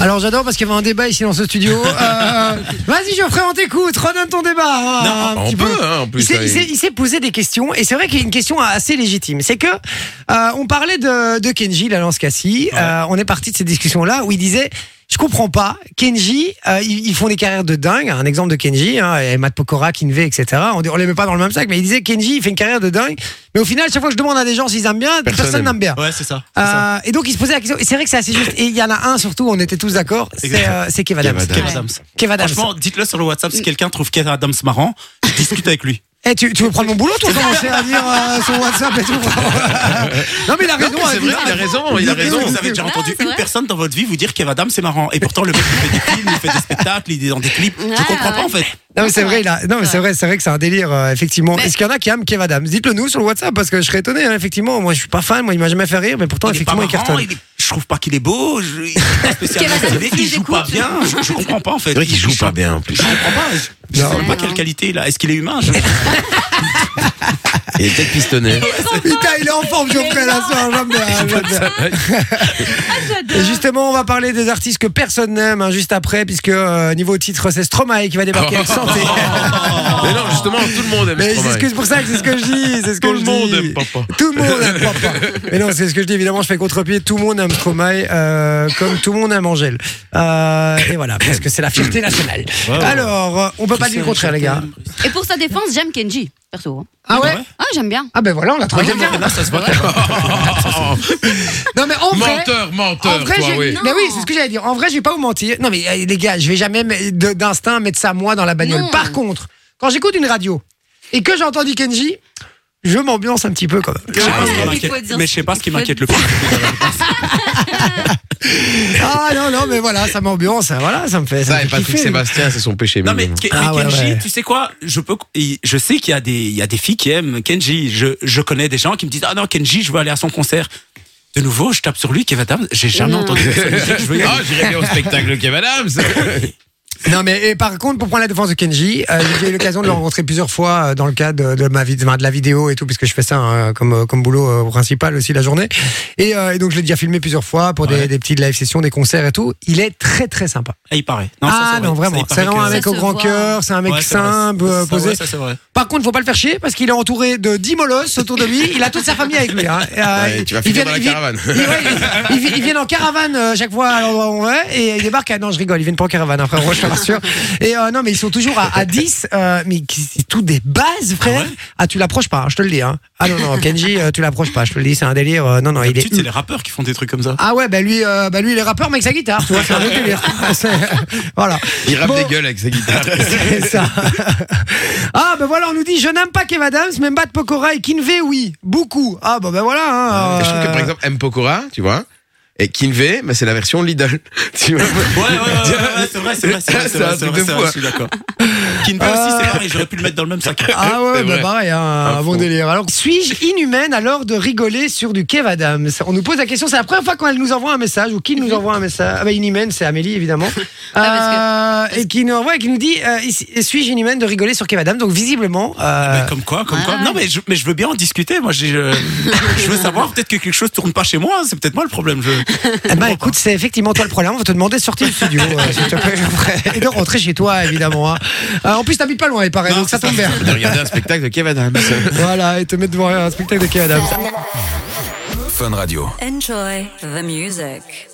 Alors j'adore parce qu'il y avait un débat ici dans ce studio. Euh, Vas-y Geoffrey, on t'écoute, redonne ton débat. hein, Non, un on petit peut, peu. hein, en Il plus. s'est- ça, il s'est il s'est posé des questions et c'est vrai qu'il y a une question assez légitime. C'est que euh, on parlait de, de Kenji, la lance Cassie. Euh, on est parti de ces discussions là où il disait. Je comprends pas. Kenji, euh, ils ils font des carrières de dingue. Un exemple de Kenji, hein, et Matt Pokora, Kinve, etc. On, dit- on les met pas dans le même sac, mais il disait Kenji, il fait une carrière de dingue. Mais au final, chaque fois que je demande à des gens s'ils aiment bien, personne Personne n'aime bien. Ouais, c'est ça. c'est ça. Euh, et donc il se posait la question. Et c'est vrai que c'est assez juste. Et il y en a un surtout, on était tous d'accord. C'est Exactement. euh, c'est Kev Adams. Kev Adams. Kev Kev- Adams. Kev Adams. Ah, Franchement, dites-le sur le WhatsApp si quelqu'un trouve Kev Adams marrant, je discute avec lui. Eh, tu, tu veux prendre mon boulot, toi, commencer à dire euh, sur WhatsApp et tout Non, mais il a raison. mais c'est hein, il vrai, il a raison, il a raison. Vous avez déjà Ouais, entendu Ah, c'est une vrai. personne dans votre vie vous dire Kev Adams c'est marrant et pourtant le mec il fait des films, il fait des spectacles, il est dans des clips. Ouais, je comprends ouais. pas en fait. Non, mais c'est vrai, il a- non, mais c'est vrai, c'est vrai que c'est un délire, euh, effectivement. Mais- Est-ce qu'il y en a qui aiment Kev Adams Dites-le nous sur le WhatsApp parce que je serais étonné, hein, effectivement. Moi, je suis pas fan, moi, il m'a jamais fait rire, mais pourtant, il est pas effectivement, il marrant, cartonne. il est- je trouve pas qu'il est beau, je, il est pas spécialement Kev Adams, stylé, si il joue pas j'écoute. bien, je, je comprends pas en fait. C'est vrai qu'il joue pas bien en plus. Je comprends pas, je, je Non. sais pas quelle qualité il a. Est-ce qu'il est humain je- Il est peut-être pistonné. Putain, il est en forme, Geoffrey, là, ce soir, j'aime bien, j'aime bien. Ah, Et justement, on va parler des artistes que personne n'aime hein, juste après, puisque euh, niveau titre, c'est Stromae qui va débarquer avec Santé. Mais non, justement, tout le monde aime Mais Oh. Stromae. c'est ce que- c'est pour ça que c'est ce que je dis. c'est Ce que Tout le je monde dis. aime Papa. Tout le monde aime Papa. Mais non, c'est ce que je dis. Évidemment, je fais contre-pied. Tout le monde aime Stromae, euh, comme tout le monde aime Angèle. Euh, et voilà, parce que c'est la fierté nationale. Alors, euh, on peut pas dire le contraire, les gars. Et pour sa défense, j'aime Kenji, perso. hein. Ah ouais Ah, j'aime bien. Ah ben voilà, on l'a trouvé Ah, quelqu'un. Là ça se voit. Non mais en vrai. Menteur, En menteur, vrai, toi, je- oui. mais oui, c'est ce que j'allais dire. En vrai, je vais pas vous mentir. Non, mais euh, les gars, je vais jamais me- de- d'instinct mettre ça moi dans la bagnole. Non. Par contre, quand j'écoute une radio et que j'ai entendu Kenji, je m'ambiance un petit peu quand même. Je sais pas ce qui Il faut m'inquiète, dire Mais je sais pas ce qui qu'il faut m'inquiète le plus. Ah non, non, mais voilà, ça m'ambiance. hein, Voilà, ça me fait. Ça, me Ça, fait et Patrick kiffer. Sébastien, c'est son péché. Non mais, mignon. Ke- Ah ouais, mais Kenji, ouais. tu sais quoi Je peux, il- je sais qu'il y a des, il y a des filles qui aiment Kenji. Je, je connais des gens qui me disent ah non Kenji, je veux aller à son concert. De nouveau, je tape sur lui, Kev Adams. J'ai jamais Mm. Non. entendu personne dire que je veux y aller. Ah, j'irai bien au spectacle de Kev Adams. Non, mais et par contre, pour prendre la défense de Kenji, euh, j'ai eu l'occasion de le rencontrer plusieurs fois euh, dans le cadre de, de ma vie, de, de la vidéo et tout, puisque je fais ça hein, comme, euh, comme boulot euh, principal aussi la journée. Et, euh, et donc, je l'ai déjà filmé plusieurs fois pour des, des petites live sessions, des concerts et tout. Il est très très sympa. Ah, il paraît. Non, ça, ah c'est vrai. non, Ça, vraiment. il paraît C'est vraiment que- un mec Ça au se grand voit. cœur, c'est un mec Ouais, c'est vrai. simple, euh, Ça, posé. ouais, ça, c'est vrai. Par contre, faut pas le faire chier parce qu'il est entouré de 10 molosses autour de lui. Il a toute sa famille avec lui. Hein. Et, euh, Ouais, tu vas ils finir dans la viennent- caravane. Ils, ils- ouais, ils- ils- ils viennent en caravane euh, chaque fois à l'endroit où on va et ils débarquent. à- non, je rigole, ils viennent pas en caravane, hein, frérot, je te rassure. Et euh, non, mais ils sont toujours à, à 10, euh, mais qui- c'est tout des bases, frère. Ah, tu l'approches pas, hein, je te le dis. Hein. Ah non, non, Kenji, euh, tu l'approches pas, je te le dis, c'est un délire. euh, non, non, il est. D'habitude, c'est les rappeurs qui font des trucs comme ça. Ah ouais, bah lui, euh, bah lui, il est rappeur, mais avec sa guitare, tu vois, c'est un autre délire. C'est- voilà. Il rappe Bon. des gueules avec sa guitare. C'est ça. Ah, ben voilà, on nous dit je n'aime pas Kev Adams, mais Matt Pokora et Kinvey, oui, beaucoup. Ah, ben ben voilà. hein, Je trouve que euh, par exemple, M. Pokora, tu vois, et Kinvey, mais c'est la version Lidl. Tu vois Ouais, ouais, ouais, ouais, ouais, c'est vrai, c'est vrai, c'est vrai, C'est c'est un vrai, truc c'est vrai, de c'est fou, hein. vrai, je suis d'accord. Kinpé aussi, c'est pareil, j'aurais pu le mettre dans le même sac. Ah ouais, C'est bah vrai. Ah, pareil, hein, un bon fond. délire. Alors, suis-je inhumaine alors de rigoler sur du Kev Adams On nous pose la question, c'est la première fois qu'elle nous envoie un message, ou qui nous envoie un message. Ah bah inhumaine, c'est Amélie, évidemment. Euh, Et qui nous envoie et qui nous dit, euh, ici, suis-je inhumaine de rigoler sur Kev Adams Donc, visiblement... euh, Eh ben, Mais comme quoi, comme quoi. Ah. Non, mais je, mais je veux bien en discuter. Moi, j'ai, euh, je veux savoir peut-être que quelque chose tourne pas chez moi. hein. C'est peut-être moi le problème. Je... Eh ben, écoute, c'est effectivement toi le problème. On va te demander de sortir du studio, euh, s'il te plaît, après. Et de rentrer chez toi, évidemment. hein. Euh, en plus, t'habites pas loin, il paraît, donc ça tombe bien. De regarder un spectacle de Kev Adams. Voilà, et te mettre devant un spectacle de Kev Adams. Enjoy the music.